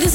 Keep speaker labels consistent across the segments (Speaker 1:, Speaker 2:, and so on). Speaker 1: This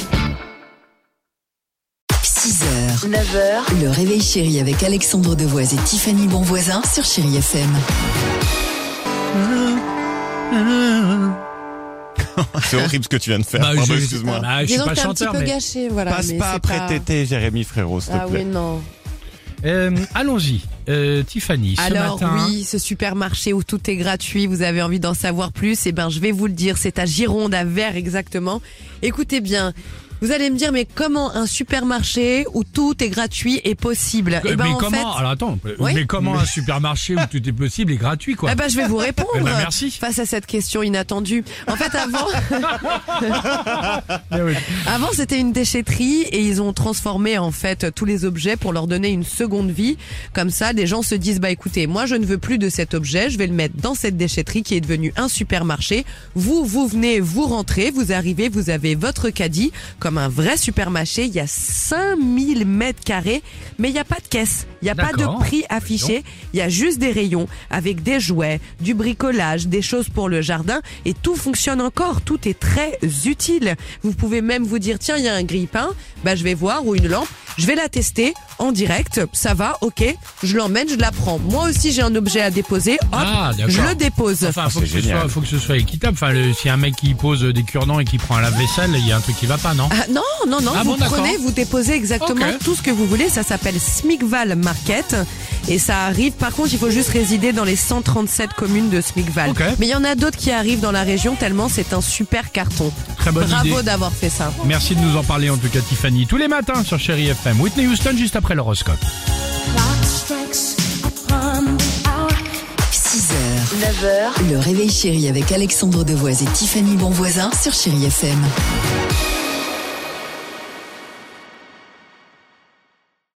Speaker 2: 6h, 9h, le réveil chéri avec Alexandre Devoise et Tiffany Bonvoisin sur Chérie FM.
Speaker 3: C'est horrible ce que tu viens de faire.
Speaker 4: Bah,
Speaker 3: Pardon,
Speaker 4: je-
Speaker 3: excuse-moi.
Speaker 4: bah, je suis
Speaker 5: Disons
Speaker 4: pas
Speaker 5: que t'es un petit
Speaker 4: chanteur,
Speaker 5: peu
Speaker 4: mais.
Speaker 5: gâché, voilà.
Speaker 3: Passe
Speaker 5: mais
Speaker 3: pas
Speaker 5: c'est
Speaker 3: après tété, Jérémy frérot, s'il
Speaker 5: Ah
Speaker 3: te plaît.
Speaker 5: oui, non.
Speaker 4: Euh, Allons-y. Euh, Tiffany, ce
Speaker 5: Alors
Speaker 4: matin.
Speaker 5: oui, ce supermarché où tout est gratuit, vous avez envie d'en savoir plus, eh ben je vais vous le dire, c'est à Gironde, à Vers exactement. Écoutez bien, vous allez me dire, mais comment un supermarché où tout est gratuit est possible
Speaker 4: Que-
Speaker 5: Eh ben
Speaker 4: euh, mais
Speaker 5: en
Speaker 4: comment
Speaker 5: fait,
Speaker 4: Alors attends, euh,
Speaker 5: Oui.
Speaker 4: mais comment un supermarché où tout est possible est gratuit quoi
Speaker 5: eh ben, je vais vous répondre
Speaker 4: Eh ben, merci.
Speaker 5: face à cette question inattendue. En fait, avant, ben,
Speaker 4: Eh oui.
Speaker 5: Avant, c'était une déchetterie et ils ont transformé en fait tous les objets pour leur donner une seconde vie. Comme ça, des gens se disent bah écoutez, moi je ne veux plus de cet objet, je vais le mettre dans cette déchetterie qui est devenue un supermarché. Vous, vous venez, vous rentrez, vous arrivez, vous avez votre caddie comme un vrai supermarché. Il y a 5000 mètres carrés, mais il n'y a pas de caisse, il n'y a pas de
Speaker 4: D'accord.
Speaker 5: prix affiché. Il y a juste des rayons avec des jouets, du bricolage, des choses pour le jardin et tout fonctionne encore. Tout est très utile. Vous pouvez même vous dire tiens, il y a un grille-pain, bah je vais voir ou une lampe, je vais la tester en direct. Ça va, ok, je l'emmène, je la prends. Moi aussi j'ai un objet à déposer. Hop,
Speaker 4: Ah, d'accord.
Speaker 5: je le dépose.
Speaker 4: Enfin, faut
Speaker 3: c'est
Speaker 4: que, ce
Speaker 3: génial.
Speaker 4: soit, faut que ce soit équitable. Enfin, le- si un mec qui pose des cure-dents et qui prend un lave-vaisselle, il y a un truc qui va pas, non
Speaker 5: Ah, non, non, non,
Speaker 4: Ah
Speaker 5: vous
Speaker 4: bon, d'accord.
Speaker 5: prenez, vous déposez exactement
Speaker 4: Ok.
Speaker 5: tout ce que vous voulez. Ça s'appelle Smigval Market. Et ça arrive, par contre, il faut juste résider dans les 137 communes de Smigval.
Speaker 4: Ok.
Speaker 5: Mais il y en a d'autres qui arrivent dans la région tellement c'est un super carton.
Speaker 4: Très bonne
Speaker 5: Bravo
Speaker 4: idée.
Speaker 5: d'avoir fait ça.
Speaker 4: Merci de nous en parler en tout cas, Tiffany. Tous les matins sur Chéri FM. Whitney Houston juste après l'horoscope.
Speaker 2: 6h, 9h, le réveil chéri avec Alexandre Devoise et Tiffany Bonvoisin sur Chérie FM.